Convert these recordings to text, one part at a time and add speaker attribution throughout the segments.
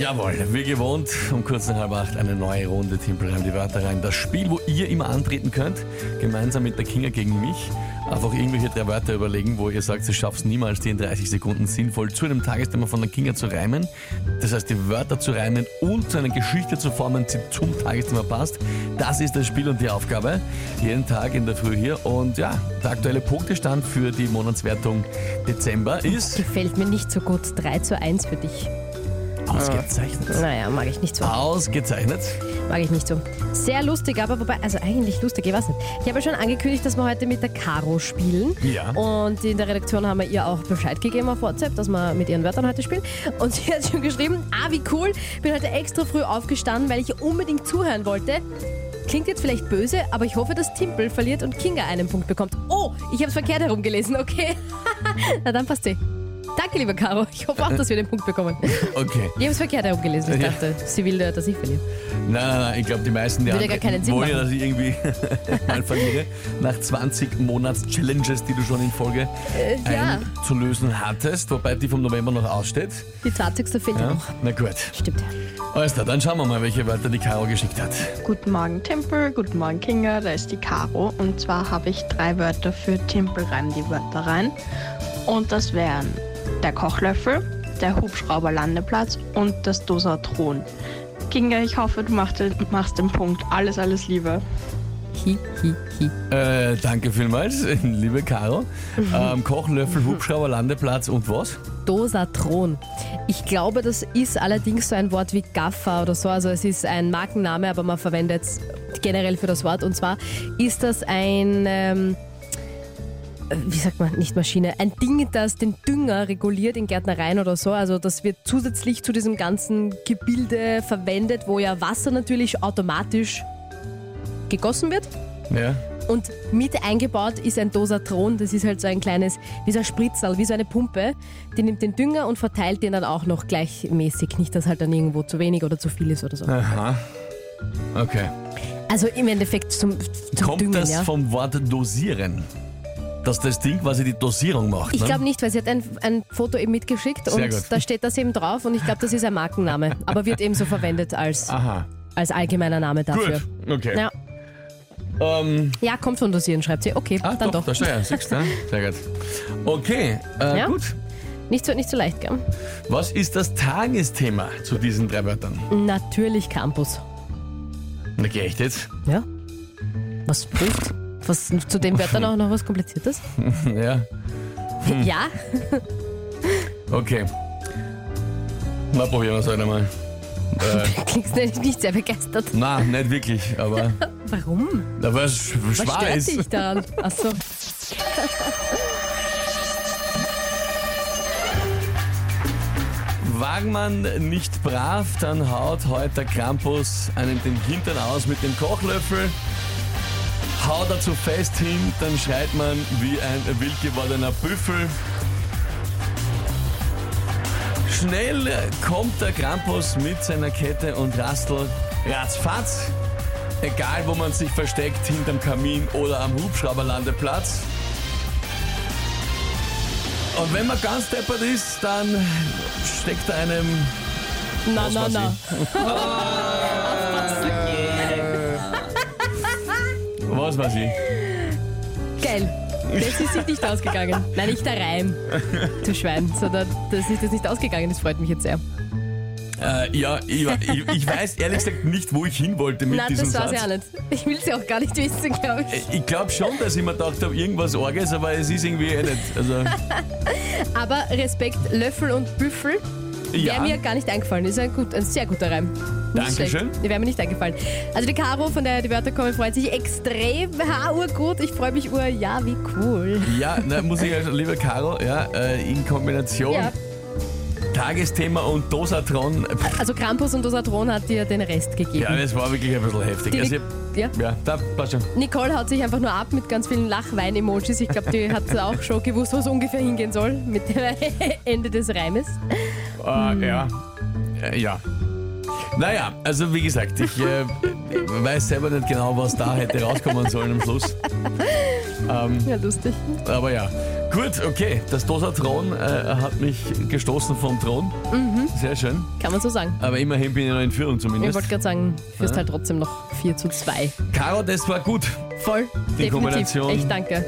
Speaker 1: Jawohl, wie gewohnt, um kurz nach halb acht eine neue Runde Timpelheim die Wörter rein. Das Spiel, wo ihr immer antreten könnt, gemeinsam mit der Kinga gegen mich. Einfach irgendwelche drei Wörter überlegen, wo ihr sagt, ihr schafft niemals, die in 30 Sekunden sinnvoll zu einem Tagesthema von der Kinga zu reimen. Das heißt, die Wörter zu reimen und zu einer Geschichte zu formen, die zum Tagesthema passt. Das ist das Spiel und die Aufgabe. Jeden Tag in der Früh hier. Und ja, der aktuelle Punktestand für die Monatswertung Dezember ist
Speaker 2: Gefällt mir nicht so gut. 3 zu 1 für dich.
Speaker 1: ausgezeichnet.
Speaker 2: Naja, mag ich nicht so.
Speaker 1: Ausgezeichnet.
Speaker 2: Mag ich nicht so. Sehr lustig, aber wobei, also eigentlich lustig, ich weiß nicht. Ich habe ja schon angekündigt, dass wir heute mit der Caro spielen.
Speaker 1: Ja.
Speaker 2: Und in der Redaktion haben wir ihr auch Bescheid gegeben auf WhatsApp, dass wir mit ihren Wörtern heute spielen. Und sie hat schon geschrieben, ah, wie cool, bin heute extra früh aufgestanden, weil ich unbedingt zuhören wollte. Klingt jetzt vielleicht böse, aber ich hoffe, dass Timpel verliert und Kinga einen Punkt bekommt. Oh, ich habe es verkehrt herum gelesen, okay. Na dann passt sie. Danke, liebe Caro. Ich hoffe auch, dass wir den Punkt bekommen.
Speaker 1: Okay.
Speaker 2: Ich habe es verkehrt herum gelesen. Ich
Speaker 1: Ja.
Speaker 2: dachte, sie will, äh, dass ich verliere.
Speaker 1: Nein, nein, nein, ich glaube, die meisten, die
Speaker 2: Würde ja gar
Speaker 1: antreten,
Speaker 2: keinen Sinn
Speaker 1: wollen ja,
Speaker 2: machen.
Speaker 1: dass ich irgendwie mal verliere. Nach 20 Monats-Challenges, die du schon in Folge
Speaker 2: Äh, ja.
Speaker 1: zu lösen hattest, wobei die vom November noch aussteht.
Speaker 2: Die 20. fehlt ja.
Speaker 1: Ja?
Speaker 2: noch.
Speaker 1: Na gut.
Speaker 2: Stimmt.
Speaker 1: Alles klar, dann schauen wir mal, welche Wörter die Caro geschickt hat.
Speaker 3: Guten Morgen Tempel, guten Morgen Kinga, da ist die Caro. Und zwar habe ich drei Wörter für Tempel rein, die Wörter rein. Und das wären der Kochlöffel, der Hubschrauberlandeplatz und das Dosatron. Kinga, ich hoffe, du machst, machst den Punkt. Alles, alles Liebe.
Speaker 2: Hi, hi, hi.
Speaker 1: Äh, danke vielmals, liebe Caro.
Speaker 2: Mhm.
Speaker 1: Ähm, Kochlöffel, Hubschrauber, Landeplatz und was?
Speaker 2: Dosatron. Ich glaube, das ist allerdings so ein Wort wie Gaffer oder so. Also es ist ein Markenname, aber man verwendet es generell für das Wort. Und zwar ist das ein, ähm, äh, wie sagt man, nicht Maschine, ein Ding, das den Dünger reguliert in Gärtnereien oder so. Also das wird zusätzlich zu diesem ganzen Gebilde verwendet, wo ja Wasser natürlich automatisch gegossen wird.
Speaker 1: Ja.
Speaker 2: Und mit eingebaut ist ein Dosatron, das ist halt so ein kleines, wie so ein Spritzerl, wie so eine Pumpe. Die nimmt den Dünger und verteilt den dann auch noch gleichmäßig. Nicht, dass halt dann irgendwo zu wenig oder zu viel ist oder so.
Speaker 1: Aha. Okay.
Speaker 2: Also im Endeffekt zum, zum
Speaker 1: Kommt
Speaker 2: Düngen,
Speaker 1: das
Speaker 2: ja.
Speaker 1: vom Wort dosieren? Dass das Ding quasi die Dosierung macht,
Speaker 2: Ich
Speaker 1: ne?
Speaker 2: glaube nicht, weil sie hat ein, ein Foto eben mitgeschickt
Speaker 1: Sehr
Speaker 2: und
Speaker 1: gut.
Speaker 2: da steht das eben drauf und ich glaube, das ist ein Markenname. Aber wird eben so verwendet als,
Speaker 1: Aha.
Speaker 2: als allgemeiner Name dafür.
Speaker 1: Gut, okay.
Speaker 2: Ja.
Speaker 1: Ähm,
Speaker 2: Ja, kommt von Dosieren, schreibt sie. Okay,
Speaker 1: Ah,
Speaker 2: dann doch.
Speaker 1: Da steht ja, siehst du, ja. Sehr gut. Okay, äh,
Speaker 2: Ja?
Speaker 1: gut.
Speaker 2: Nicht so, nicht so leicht, gell?
Speaker 1: Was ist das Tagesthema zu diesen drei Wörtern?
Speaker 2: Mhm. Natürlich Campus.
Speaker 1: Na, geh echt jetzt?
Speaker 2: Ja. Was prüft? Was zu den Wörtern auch noch was Kompliziertes?
Speaker 1: ja,
Speaker 2: Ja,
Speaker 1: okay. Na, probieren wir es halt einmal. Äh,
Speaker 2: klingst nämlich nicht sehr begeistert.
Speaker 1: na, nicht wirklich, aber
Speaker 2: Warum?
Speaker 1: da war es sch-
Speaker 2: Was
Speaker 1: schwer
Speaker 2: stört
Speaker 1: ist.
Speaker 2: dich daran? Achso,
Speaker 1: War man nicht brav, dann haut heute der Krampus einem den Hintern aus mit dem Kochlöffel. Haut er zu fest hin, dann schreit man wie ein wild gewordener Büffel. Schnell kommt der Krampus mit seiner Kette und Rastel ratzfatz. Egal wo man sich versteckt, hinterm Kamin oder am Hubschrauberlandeplatz. Und wenn man ganz deppert ist, dann steckt er einem
Speaker 2: na,
Speaker 1: Was
Speaker 2: na,
Speaker 1: weiß
Speaker 2: na.
Speaker 1: Was weiß ich?
Speaker 2: Geil. Das ist sich nicht ausgegangen. Nein, nicht der Reim, du Schwein, sondern das ist jetzt nicht ausgegangen. Das freut mich jetzt sehr.
Speaker 1: Äh, ja, ich, ich, ich weiß ehrlich gesagt nicht, wo ich hin wollte mit
Speaker 2: Na,
Speaker 1: diesem
Speaker 2: das war's
Speaker 1: Satz.
Speaker 2: ja nicht. Ich will's ja auch gar nicht wissen, glaube ich.
Speaker 1: Ich glaube schon, dass ich mir gedacht habe, irgendwas Orges, aber es ist irgendwie eh nicht. Also,
Speaker 2: Aber Respekt, Löffel und Büffel.
Speaker 1: ja.
Speaker 2: Wäre mir gar nicht eingefallen. Ist ein, gut, ein sehr guter Reim. Nicht
Speaker 1: Dankeschön.
Speaker 2: schlecht. Die wäre mir nicht eingefallen. Also die Caro, von der die Wörter kommen, freut sich extrem. Ha, urgut. Ich freue mich ur. Ja, wie cool.
Speaker 1: Ja, na, muss ich also, liebe Caro, ja, äh, in Kombination
Speaker 2: Ja.
Speaker 1: Tagesthema und Dosatron. Pff,
Speaker 2: Also Krampus und Dosatron hat dir den Rest gegeben.
Speaker 1: Ja, das war wirklich ein bisschen heftig.
Speaker 2: Die-
Speaker 1: Also,
Speaker 2: ja.
Speaker 1: ich- ja, da passt schon.
Speaker 2: Nicole haut sich einfach nur ab mit ganz vielen Lachwein-Emojis. Ich glaube, die hat auch schon gewusst, wo es ungefähr hingehen soll mit dem Ende des Reimes. Hm.
Speaker 1: Äh, ja. Äh, ja. Naja, also wie gesagt, ich äh, weiß selber nicht genau, was da hätte rauskommen sollen am Schluss. Ähm,
Speaker 2: Ja, lustig.
Speaker 1: aber ja. Gut, okay. Das Dosatron äh, hat mich gestoßen vom Thron. Sehr schön.
Speaker 2: Kann man so sagen.
Speaker 1: Aber immerhin bin ich noch in Führung
Speaker 2: Mhm. Ich
Speaker 1: zumindest.
Speaker 2: wollte gerade sagen, führst halt trotzdem noch 4 zu 2.
Speaker 1: Caro, das war gut
Speaker 2: Voll.
Speaker 1: Die
Speaker 2: Definitiv.
Speaker 1: Kombination.
Speaker 2: Ich danke.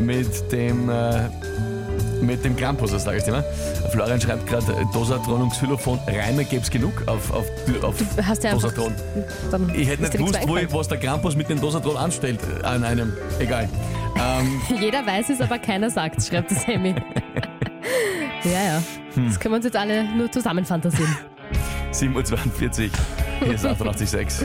Speaker 1: mit dem, äh, mit dem Krampus, das sage ich dir mal. Florian schreibt gerade, äh, Dosatron und Xylophon, Reime gäbe es genug auf, auf, auf
Speaker 2: Du hast ja einfach.
Speaker 1: Dosatron.
Speaker 2: Dann
Speaker 1: Ich hätte nicht
Speaker 2: ist dir nichts
Speaker 1: gewusst, wo,
Speaker 2: eingefallen.
Speaker 1: was der Krampus mit dem Dosatron anstellt äh, an einem. Egal. Ähm,
Speaker 2: Jeder weiß es, aber keiner sagt schreibt das Sammy. ja, ja. Das können wir uns jetzt alle nur zusammen fantasieren.
Speaker 1: 7.42 Uhr, hier ist 88.6.